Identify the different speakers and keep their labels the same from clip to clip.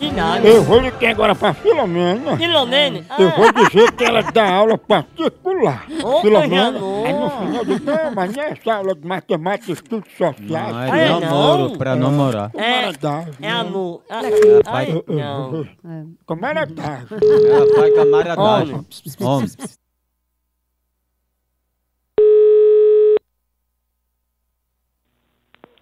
Speaker 1: entendi nada.
Speaker 2: Eu vou ligar agora pra Filomena.
Speaker 1: Filomena? Ah,
Speaker 2: Eu vou dizer que ela dá aula particular.
Speaker 1: Opa,
Speaker 2: Filomena.
Speaker 1: Janô.
Speaker 2: Aí no final eu digo, não, mas não é essa aula de matemática e estudos sociais.
Speaker 3: Não,
Speaker 1: Ah,
Speaker 3: é
Speaker 1: não?
Speaker 3: namoro, pra namorar.
Speaker 2: Como ela dá.
Speaker 1: é amor. Ah,
Speaker 3: Rapaz.
Speaker 1: ai, não.
Speaker 2: Como ela dá.
Speaker 3: Ela vai com a
Speaker 1: Homem.
Speaker 3: maradagem. Homem.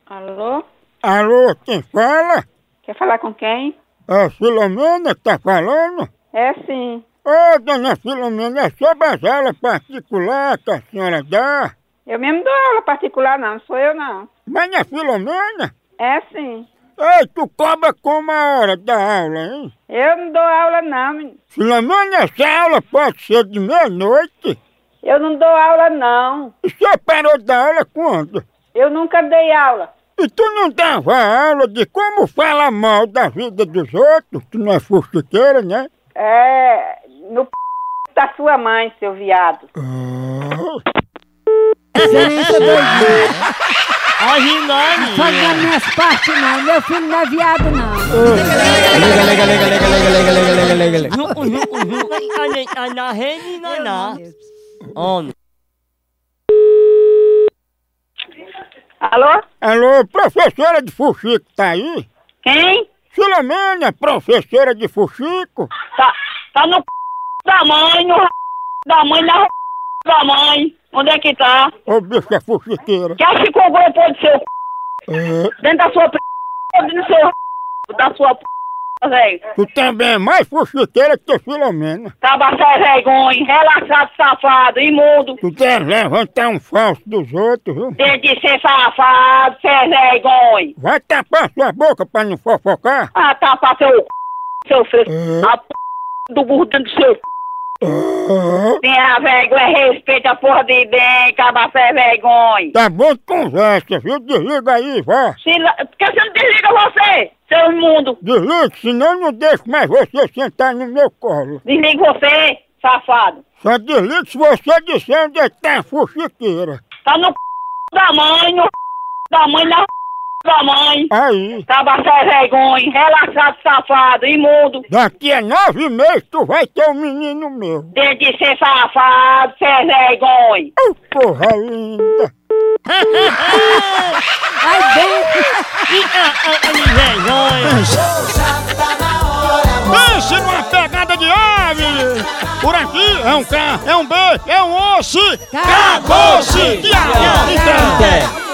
Speaker 4: Alô?
Speaker 2: Alô, quem fala?
Speaker 4: Quer falar com quem?
Speaker 2: É Filomena que tá falando?
Speaker 4: É sim.
Speaker 2: Ô, dona Filomena, é sobre as aulas particulares que a senhora dá?
Speaker 4: Eu mesmo dou aula particular, não. Sou eu, não.
Speaker 2: Mas na Filomena?
Speaker 4: É sim.
Speaker 2: Ei, tu cobra como a hora da aula, hein?
Speaker 4: Eu não dou aula, não. menino.
Speaker 2: Filomena, essa aula pode ser de meia-noite?
Speaker 4: Eu não dou aula, não.
Speaker 2: E você parou da aula quando?
Speaker 4: Eu nunca dei aula.
Speaker 2: E tu não dava aula de como falar mal da vida dos outros? Tu não é fuxiqueira, né?
Speaker 4: É. No p da sua mãe, seu viado.
Speaker 2: Ah.
Speaker 1: Ai, Rinani.
Speaker 5: Faz da minha parte não, meu filho não é viado não.
Speaker 3: Liga, liga, liga, liga, liga, liga, liga, liga, liga.
Speaker 1: Jucu, jucu, jucu. Ai, nem- ai, na rede, na na. Homem.
Speaker 4: Alô?
Speaker 2: Alô, professora de fuxico, tá aí?
Speaker 4: Quem?
Speaker 2: Filomena, professora de fuxico?
Speaker 4: Tá, tá no p da mãe, no r da mãe, na r da mãe. Onde é que tá?
Speaker 2: Ô, bicha fuxiqueira.
Speaker 4: Que acha que o goi pode ser o p
Speaker 2: É,
Speaker 4: dentro da sua p dentro do seu r da sua p, velho.
Speaker 2: tu também é mais fuxiqueira que Filomena.
Speaker 4: Cabaçal vergonha, relaxado, safado, imundo.
Speaker 2: Tu deve levantar um falso dos outros, viu?
Speaker 4: Tem de ser safado, ser vergonha.
Speaker 2: Vai tapar sua boca pra não fofocar?
Speaker 4: Ah, tá pra seu c... seu fresco.
Speaker 2: É.
Speaker 4: A p... do burro dentro do seu c...
Speaker 2: Ah,
Speaker 4: Tem a vergonha, respeita a porra de bem, cabaçal vergonha.
Speaker 2: Tá bom de conversa, viu? Desliga aí, vá.
Speaker 4: Se... la- Por que você não desliga você, seu imundo?
Speaker 2: Desliga, senão eu não deixo mais você sentar no meu colo.
Speaker 4: Desliga você, é safado.
Speaker 2: Só desliga se você disser onde é que tá a fuxiqueira.
Speaker 4: Tá no c... da mãe, no r da mãe, na r da mãe.
Speaker 2: Aí,
Speaker 4: Cabaçal vergonha, relaxado, safado, imundo.
Speaker 2: daqui a nove meses tu vai ter um menino meu.
Speaker 4: Tem de ser safado, ser vergonha.
Speaker 2: Ô, porra linda!
Speaker 5: Ai, bem.
Speaker 1: Ih, ah, ah, ai, vergonha.
Speaker 2: Pense numa pegada de ave! Por aqui é um K, é um B, é um osso!
Speaker 5: Acabou-se!
Speaker 2: Acabou-se! Tchau, tchau, tchau.
Speaker 3: Até.